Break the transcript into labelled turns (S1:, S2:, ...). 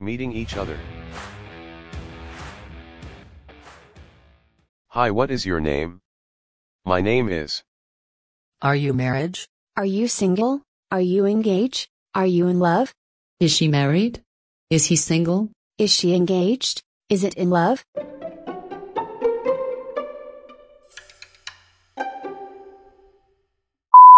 S1: Meeting each other. Hi, what is your name? My name is.
S2: Are you marriage?
S3: Are you single? Are you engaged? Are you in love?
S2: Is she married? Is he single?
S3: Is she engaged? Is it in love?